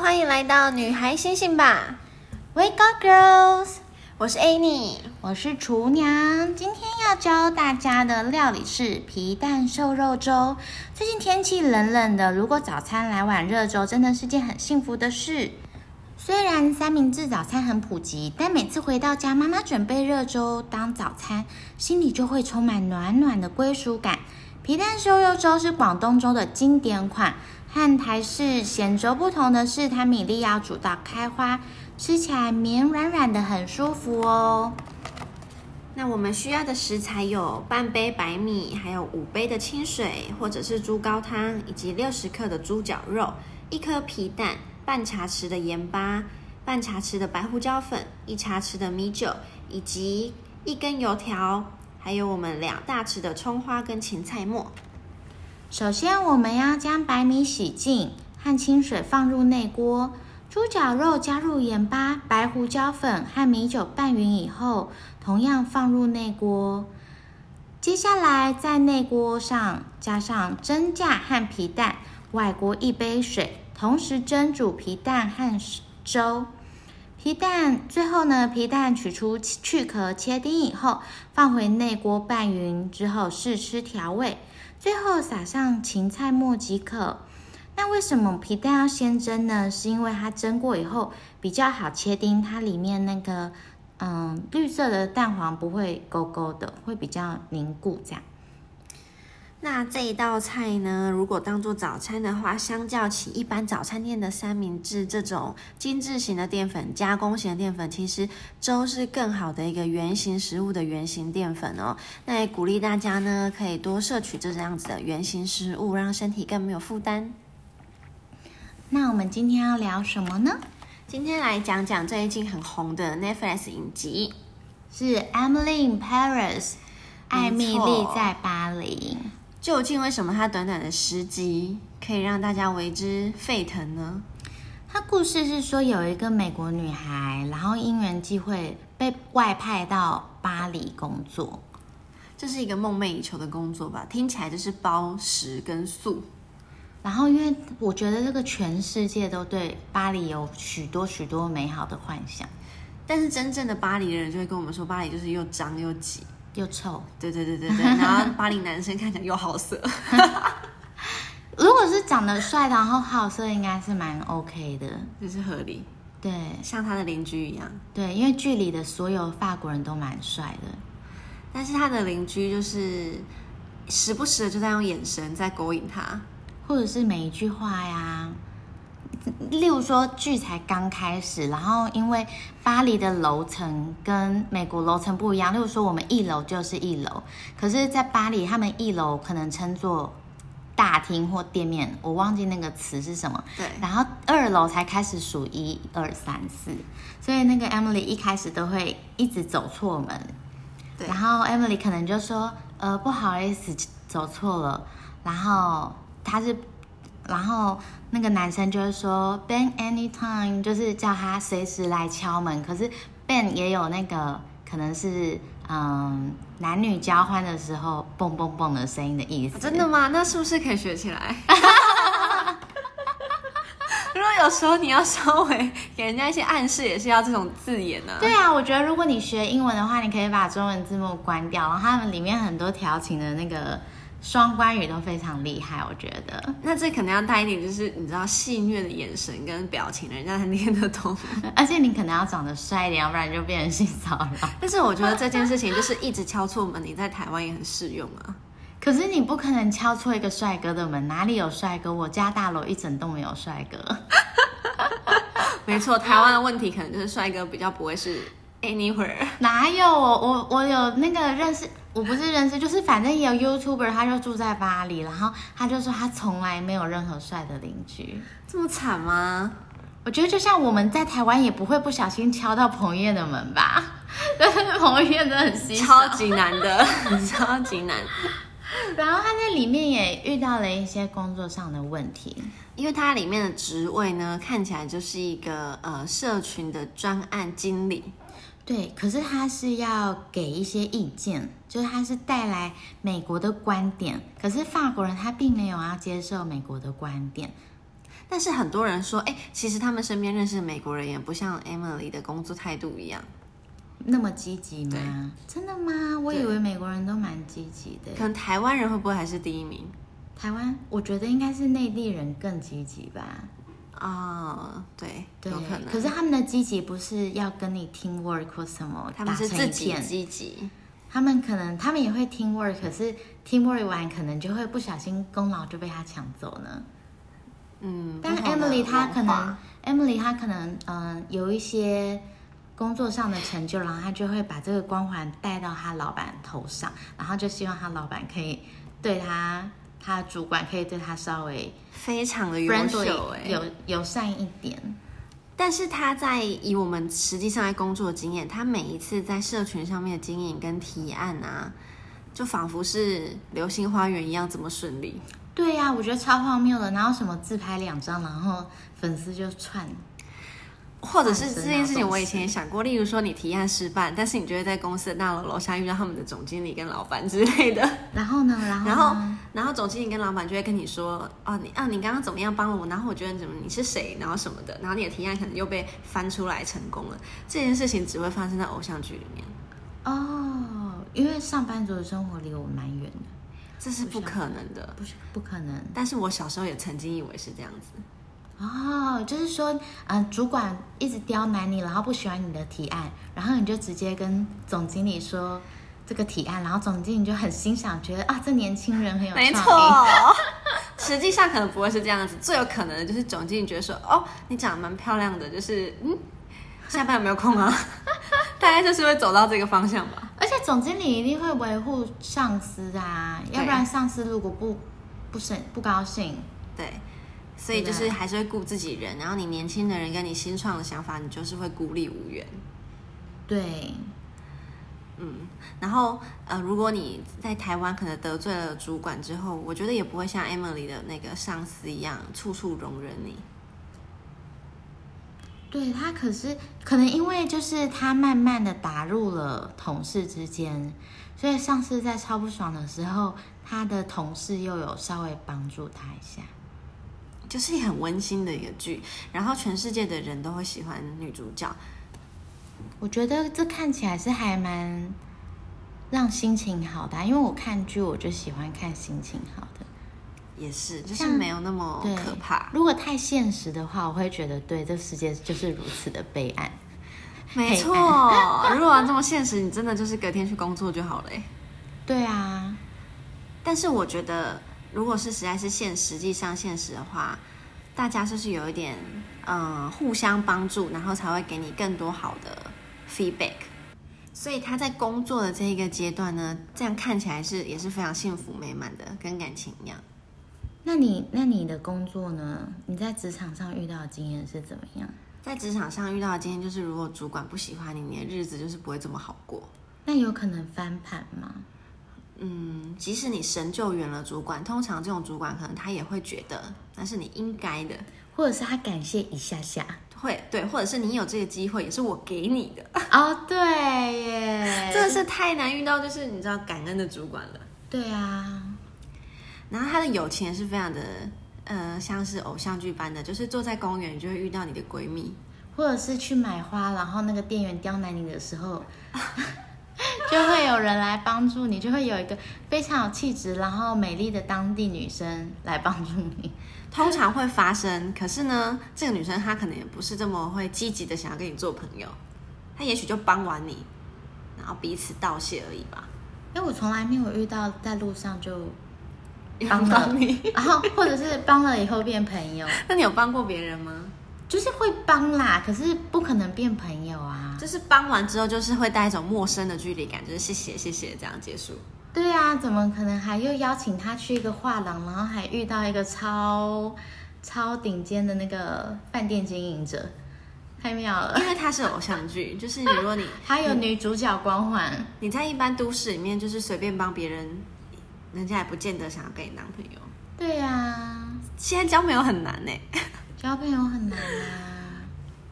欢迎来到女孩星星吧，Wake up girls！我是 Annie。我是厨娘，今天要教大家的料理是皮蛋瘦肉粥。最近天气冷冷的，如果早餐来碗热粥，真的是件很幸福的事。虽然三明治早餐很普及，但每次回到家，妈妈准备热粥当早餐，心里就会充满暖暖的归属感。皮蛋瘦肉粥是广东粥的经典款，和台式咸粥不同的是，它米粒要煮到开花，吃起来绵软软的，很舒服哦。那我们需要的食材有半杯白米，还有五杯的清水或者是猪高汤，以及六十克的猪脚肉，一颗皮蛋，半茶匙的盐巴，半茶匙的白胡椒粉，一茶匙的米酒，以及一根油条，还有我们两大匙的葱花跟芹菜末。首先，我们要将白米洗净，和清水放入内锅，猪脚肉加入盐巴、白胡椒粉和米酒拌匀以后，同样放入内锅。接下来，在内锅上加上蒸架和皮蛋，外锅一杯水，同时蒸煮皮蛋和粥。皮蛋最后呢，皮蛋取出去壳切丁以后，放回内锅拌匀之后试吃调味，最后撒上芹菜末即可。那为什么皮蛋要先蒸呢？是因为它蒸过以后比较好切丁，它里面那个嗯绿色的蛋黄不会勾勾的，会比较凝固这样。那这一道菜呢，如果当做早餐的话，相较起一般早餐店的三明治这种精致型的淀粉、加工型的淀粉，其实粥是更好的一个原型食物的原型淀粉哦。那也鼓励大家呢，可以多摄取这样子的原型食物，让身体更没有负担。那我们今天要聊什么呢？今天来讲讲最近很红的 Netflix 影集，是 Emily in Paris，艾米丽在巴黎。究竟为什么它短短的十集可以让大家为之沸腾呢？她故事是说有一个美国女孩，然后因缘际会被外派到巴黎工作。这是一个梦寐以求的工作吧？听起来就是包食跟素。然后，因为我觉得这个全世界都对巴黎有许多许多美好的幻想，但是真正的巴黎人就会跟我们说，巴黎就是又脏又挤，又臭。对对对对对，然后巴黎男生看起来又好色。如果是长得帅，然后好色，应该是蛮 OK 的。就是合理，对像他的邻居一样。对，因为剧里的所有法国人都蛮帅的，但是他的邻居就是时不时的就在用眼神在勾引他。或者是每一句话呀。例如说，剧才刚开始，然后因为巴黎的楼层跟美国楼层不一样，例如说我们一楼就是一楼，可是，在巴黎他们一楼可能称作大厅或店面，我忘记那个词是什么。对然后二楼才开始数一二三四，所以那个 Emily 一开始都会一直走错门，对然后 Emily 可能就说，呃，不好意思，走错了，然后他是，然后那个男生就会说 Ben anytime，就是叫他随时来敲门，可是 Ben 也有那个可能是。嗯，男女交换的时候，蹦蹦蹦的声音的意思。啊哦真的吗？那是不是可以学起 来？如果有时候你要稍微给人家一些暗示，也是要这种字眼呢、啊。对啊，我觉得如果你学英文的话，你可以把中文字幕关掉，然后他们里面很多调情的那个双关语都非常厉害，我觉得。那这可能要带一点，就是你知道戏谑的眼神跟表情，人家才听得 懂。而且你可能要长得帅一点，要不然就变成性骚扰。但是我觉得这件事情就是一直敲错门，你在台湾也很适用啊。可是你不可能敲错一个帅哥的门，哪里有帅哥？我家大楼一整栋没有帅哥。 没错，台湾的问题可能就是帅哥比较不会 是 anywhere。哪有我我我有那个认识，我不是认识，就是反正也有 YouTuber，他就住在巴黎，然后他就说他从来没有任何帅的邻居。这么惨吗？我觉得就像我们在台湾也不会不小心敲到彭于晏的门吧， 但是彭于晏真的很稀超少。级难的， 超级难。然后他在里面也遇到了一些工作上的问题，因为它里面的职位呢，看起来就是一个呃社群的专案经理，对，可是他是要给一些意见，就是他是带来美国的观点，可是法国人他并没有要接受美国的观点，但是很多人说，哎、其实他们身边认识的美国人也不像 Emily 的工作态度一样，那么积极吗？真的吗？我以为美国人都蛮积极的可。能台湾人会不会还是第一名台湾，我觉得应该是内地人更积极吧。啊、对，对，有可能。是他们的积极不是要跟你 team work 或什么，他们是打成一自己片积极，他们可能他们也会 team work，可是 team work 完可能就会不小心功劳就被他抢走呢。嗯。但不同的 Emily 她文可能化，Emily 她可能，嗯、有一些工作上的成就，然后她就会把这个光环带到她老板头上，然后就希望她老板可以对她，她的主管可以对她稍微非常的 friendly 优秀、哎，友友善一点。但是他在以我们实际上在工作的经验，他每一次在社群上面的经营跟提案啊，就仿佛是流星花园一样这么顺利。对呀、我觉得超荒谬的。然后什么自拍两张，然后粉丝就串，或者是这件事情，我以前也想过，例如说你提案失败，但是你就会在公司的大楼楼下遇到他们的总经理跟老板之类的，然后呢，然后然呢后然后总经理跟老板就会跟你说，哦你啊你刚刚怎么样帮了我，然后我觉得你怎么你是谁，然后什么的，然后你的提案可能又被翻出来成功了，这件事情只会发生在偶像剧里面，哦，因为上班族的生活离我蛮远的，这是不可能的。不是不可能但是我小时候也曾经以为是这样子，哦。就是说，呃，主管一直刁难你，然后不喜欢你的提案，然后你就直接跟总经理说这个提案，然后总经理就很欣赏，觉得啊，这年轻人很有创意。没错。 实际上可能不会是这样子，最有可能的就是总经理觉得说，哦，你长得蛮漂亮的，就是嗯，下班有没有空啊？ 大概就是会走到这个方向吧。而且总经理一定会维护上司啊，对要不然上司如果不不生不高兴，对，所以就对是还是会顾自己人，然后你年轻的人跟你新创的想法，你就是会孤立无援。对，嗯，然后呃，如果你在台湾可能得罪了主管之后，我觉得也不会像 Emily 的那个上司一样处处容忍你。对他可是可能因为就是他慢慢的打入了同事之间，所以上司在超不爽的时候，他的同事又有稍微帮助他一下。就是很温馨的一个剧，然后全世界的人都会喜欢女主角。我觉得这看起来是还蛮让心情好的啊、因为我看剧我就喜欢看心情好的。也是，就是像没有那么对，可怕，如果太现实的话，我会觉得对，这世界就是如此的悲哀。没错。如果这么现实，你真的就是隔天去工作就好了欸。对啊，但是我觉得，如果是实在是现实际上现实的话，大家就是有一点，嗯、互相帮助，然后才会给你更多好的 feedback。所以他在工作的这一个阶段呢，这样看起来是也是非常幸福美满的，跟感情一样。那你那你的工作呢？你在职场上遇到的经验是怎么样？在职场上遇到的今天就是，如果主管不喜欢你，你的日子就是不会这么好过。那有可能翻盘吗？嗯，即使你神救援了主管，通常这种主管可能他也会觉得那是你应该的，或者是他感谢一下下？会对，或者是你有这个机会也是我给你的，哦，对 耶， 真的是太难遇到，就是你知道感恩的主管了。对啊，然后他的友情也是非常的，呃，像是偶像剧般的，就是坐在公园你就会遇到你的闺蜜，或者是去买花，然后那个店员刁难你的时候。 就会有人来帮助你，就会有一个非常有气质，然后美丽的当地女生来帮助你。通常会发生。可是呢，这个女生她可能也不是这么会积极的想要跟你做朋友，她也许就帮完你，然后彼此道谢而已吧，因哎为我从来没有遇到在路上就帮了帮你。 然后或者是帮了以后变朋友，那你有帮过别人吗？就是会帮啦，可是不可能变朋友啊。就是帮完之后，就是会带一种陌生的距离感，就是谢谢谢谢这样结束。对啊，怎么可能还又邀请他去一个画廊，然后还遇到一个超超顶尖的那个饭店经营者，太妙了！因为它是偶像剧，就是如果你还有女主角光环，你在一般都市里面，就是随便帮别人，人家也不见得想要跟你当朋友。对啊，现在交朋友很难呢、欸交朋友很难啊。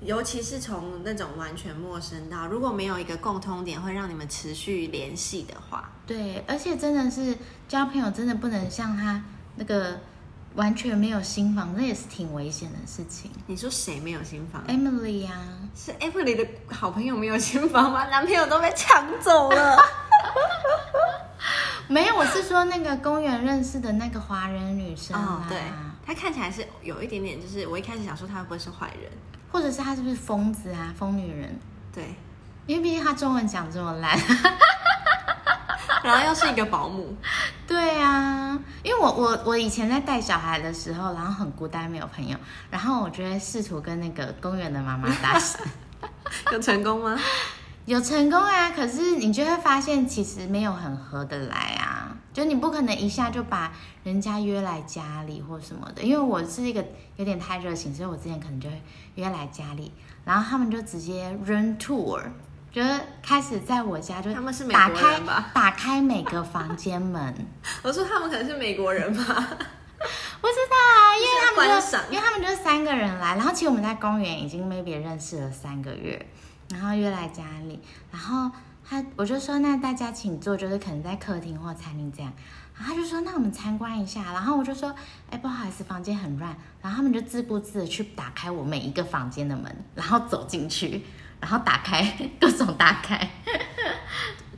尤其是从那种完全陌生到如果没有一个共通点会让你们持续联系的话，对，而且真的是交朋友，真的不能像他那个完全没有心房，那也是挺危险的事情。你说谁没有新房？ Emily 啊呀、是 Emily 的好朋友没有新房 吗？男朋友都被抢走了。没有，我是说那个公园认识的那个华人女生啊，哦对，他看起来是有一点点，就是我一开始想说他会不会是坏人，或者是她是不是疯子啊，疯女人？对，因为毕竟她中文讲这么烂。然后又是一个保姆， 对啊，因为我我我以前在带小孩的时候，然后很孤单，没有朋友，然后我就会试图跟那个公园的妈妈搭 讪，有成功吗？有成功啊，可是你就会发现其实没有很合得来啊，就你不可能一下就把人家约来家里或什么的，因为我是一个有点太热情，所以我之前可能就会约来家里，然后他们就直接 run tour。就是开始在我家就他们是美打国开人吧打开每个房间门，我说他们可能是美国人 吧，不知道啊，因为他们观就赏因为他们就是三个人来，然后其实我们在公园已经 maybe 认识了三个月，然后约来家里，然后他我就说那大家请坐，就是可能在客厅或餐厅这样，然后他就说那我们参观一下，然后我就说哎不好意思房间很乱，然后他们就自顾自的去打开我每一个房间的门，然后走进去，然后打开各种打开。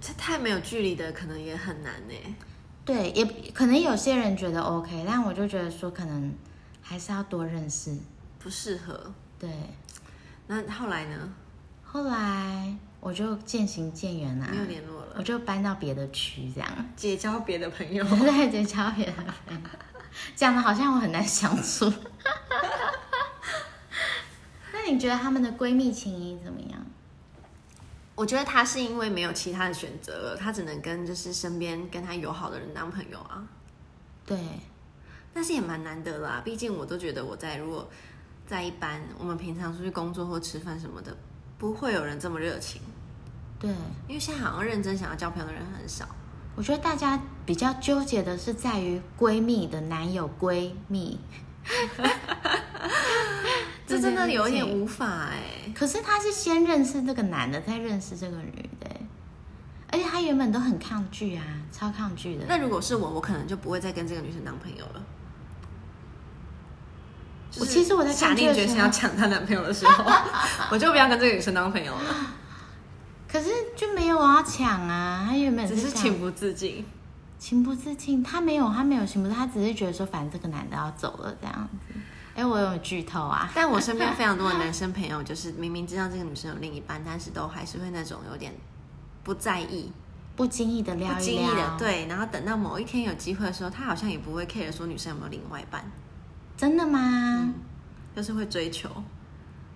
这太没有距离的，可能也很难欸呢。对，也可能有些人觉得 OK，但我就觉得说可能还是要多认识。不适合。对，那后来呢？后来我就渐行渐远啦、没有联络了，我就搬到别的区这样，。结交别的朋友对，结交别的朋友，讲的好像我很难相处。 那你觉得她们的闺蜜情谊怎么样？我觉得他是因为没有其他的选择了，他只能跟就是身边跟他友好的人当朋友啊。对，但是也蛮难得啦，毕竟我都觉得我在如果在一般我们平常出去工作或吃饭什么的，不会有人这么热情，对，因为现在好像认真想要交朋友的人很少。我觉得大家比较纠结的是在于闺蜜的男友闺 蜜， 这真的有一点对对无法哎、可是她是先认识这个男的，再认识这个女的欸，而且她原本都很抗拒啊，超抗拒的。那如果是我，我可能就不会再跟这个女生当朋友了。我其实我在看下这个定决心时候要抢她男朋友的时候， 我就不要跟这个女生当朋友了， 可是就没有要抢啊，他原本只是是想情不自禁。情不自禁，他没有，他没有情不自禁，他只是觉得说，反正这个男的要走了这样子。哎，我有没有剧透啊？但我身边非常多的男生朋友，就是明明知道这个女生有另一半，但是都还是会那种有点不在意、不经意的不撩一经撩，意的，对。然后等到某一天有机会的时候，他好像也不会 care 说女生有没有另外一半，真的吗？嗯就是会追求，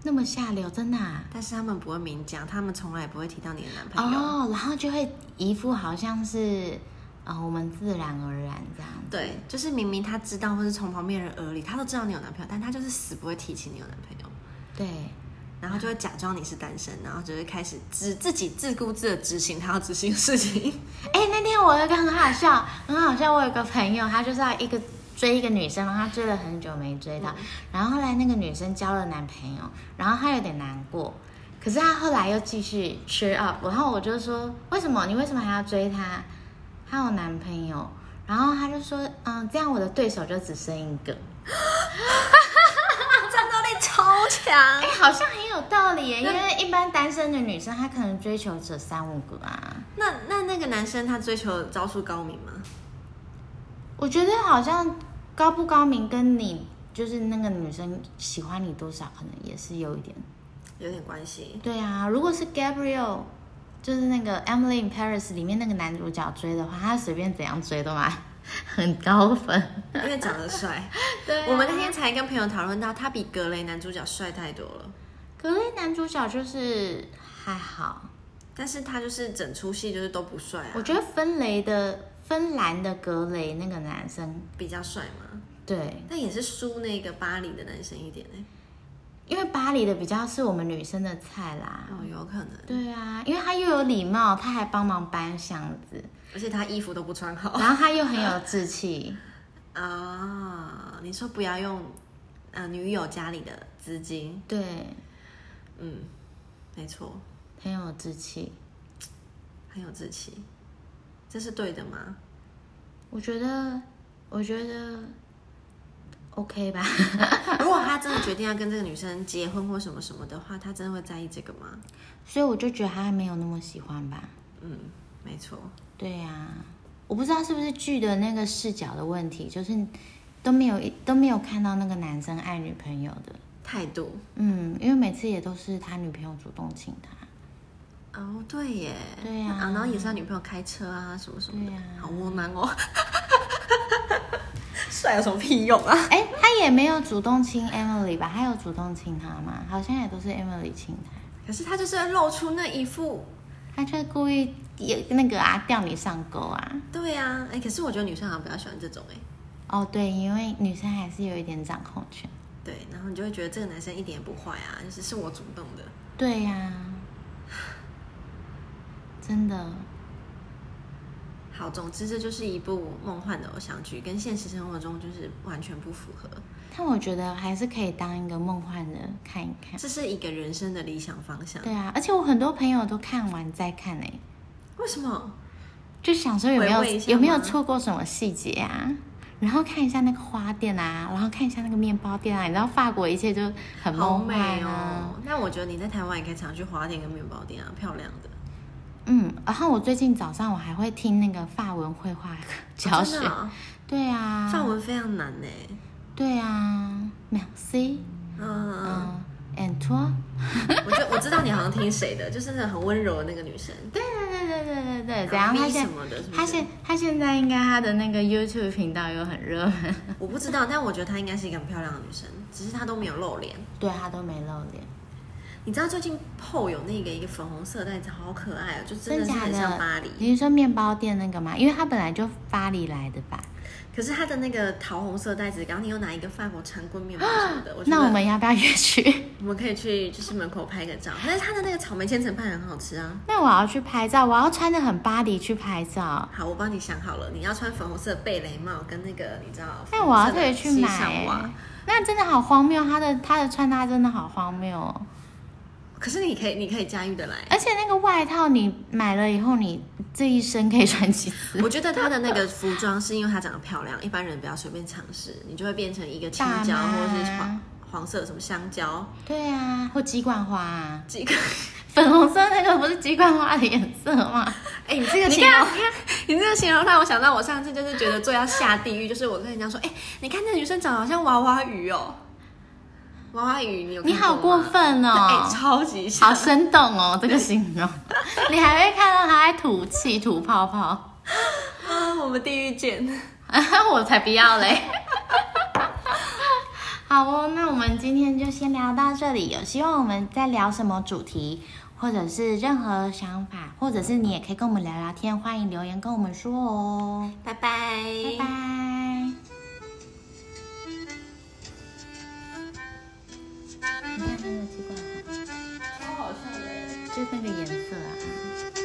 那么下流，真的、啊。但是他们不会明讲，他们从来也不会提到你的男朋友。哦，然后就会一副好像是，呃，我们自然而然这样子。对，就是明明他知道，或是从旁边人耳里，他都知道你有男朋友，但他就是死不会提起你有男朋友，对，然后就会假装你是单身，然后就会开始自自己自顾自的执行他要执行的事情。哎，那天我有一个很好笑，很好笑。我有个朋友，他就是要一个追一个女生，然后他追了很久没追到，然后后来那个女生交了男朋友，然后他有点难过，可是他后来又继续 cheer up，然后我就说为什么你为什么还要追他？他有男朋友，然后他就说嗯，这样我的对手就只剩一个。战斗力超强哎，，好像很有道理耶，因为一般单身的女生她可能追求者三五个啊。那那那个男生他追求的招数高明吗？我觉得好像高不高明跟你就是那个女生喜欢你多少，可能也是有一点。有点关 系。对啊，如果是 Gabriel，就是那个 Emily in Paris 里面那个男主角追的话，他随便怎样追都蛮 很高分。因为长得帅，对啊我们那天才跟朋友讨论到，他比格雷男主角帅太多了。格雷男主角就是还好，但是他就是整出戏就是都不帅啊我，觉得芬雷的芬兰的格雷那个男生，比较帅嘛，对，但也是输那个巴黎的男生一点哎、因为巴黎的比较是我们女生的菜啦。哦，有可能，对啊，因为他又有礼貌，他还帮忙搬箱子，而且他衣服都不穿 好然后他又很有志气。啊。你说不要用啊、呃女友家里的资金，对，嗯，没错，很有志气。很有志气，这是对的吗？我觉得，我觉得 OK 吧？ 如果他真的决定要跟这个女生结婚或什么什么的话，他真的会在意这个吗？所以我就觉得他还没有那么喜欢吧。嗯，没错，对呀、我不知道是不是剧的那个视角的问题，就是都没有都没有看到那个男生爱女朋友的。态度。嗯，因为每次也都是他女朋友主动请他。哦，对耶，对呀啊然后也是他女朋友开车啊，什么什么的，对呀好窝囊 哦。帅有什么屁用啊？哎，他也没有主动亲 Emily 吧？他有主动亲他吗？好像也都是 Emily 亲他，可是他就是会露出那一副，他就故意也那个啊钓你上钩啊。对啊，哎，可是我觉得女生好像比较喜欢这种哎，哦，对，因为女生还是有一点掌控权。对，然后你就会觉得这个男生一点也不坏啊，就是是我主动的，对呀、真的，好，总之这就是一部梦幻的偶像剧，跟现实生活中就是完全不符合。但我觉得还是可以当一个梦幻的看一看。这是一个人生的理想方向。对啊，而且我很多朋友都看完再看哎、为什么？就想说有没有回味一下吗有没有错过什么细节啊？然后看一下那个花店啊，然后看一下那个面包店啊，你知道法国一切就很好梦美幻啊。哦！那我觉得你在台湾也可以常去花店跟面包店啊，漂亮的。嗯，然后我最近早上我还会听那个法文绘画教哦学，真的哦对啊，范文非常难呢。对啊，Merci，嗯，嗯，And 嗯 toi，我就我知道你好像听谁的，就是那个很温柔的那个女生，对对对对对对，怎样？然后他 V 现什么的，是不他现是？他现在应该他的那个 YouTube 频道又很热门，我不知道，但我觉得她应该是一个很漂亮的女生，只是她都没有露脸。对他都没露脸。你知道最近 PO 有那个一个粉红色袋子，好可爱哦，就真的是假很的？像巴黎。你是说面包店那个吗？因为他本来就巴黎来的吧？可是它的那个桃红色袋子，然后你又拿一个法国长棍面包什么的，我觉得那我们要不要约去？ 我们可以去就是门口拍个照。但是它的那个草莓千层派很好吃啊。那我要去拍照，我要穿的很巴黎去拍照。好，我帮你想好了，你要穿粉红色的贝雷帽跟那个你知道？那哎我要粉红色特的别去西买、上袜欸。那真的好荒谬，他的他的穿搭真的好荒谬、哦，可是你可以，你可以驾驭 的来。而且那个外套你买了以后，你这一身可以穿几次？我觉得她的那个服装是因为她长得漂亮，一般人不要随便尝试，你就会变成一个青椒大妈或者是黄黄色什么香蕉对 啊，或鸡冠花、啊，这 个。粉红色那个不是鸡冠花的颜色 吗？哎、你这个形容， 你这个形容让我想到我上次就是觉得最要下地狱，就是我跟人家说，哎、你看那女生长得好像娃娃鱼哦，娃娃鱼，你有看你好过过吗，分哦！哎、超级像好，生动哦，这个形 容，你还会看到他在吐气、吐泡泡， 啊，我们地狱见，我才不要嘞。 好哦，那我们今天就先聊到这里。有希望我们再聊什么主题，或者是任何想法，或者是你也可以跟我们聊聊天，欢迎留言跟我们说哦。拜拜，拜拜。你看他的鸡冠花，超好笑的。就那个颜色啊。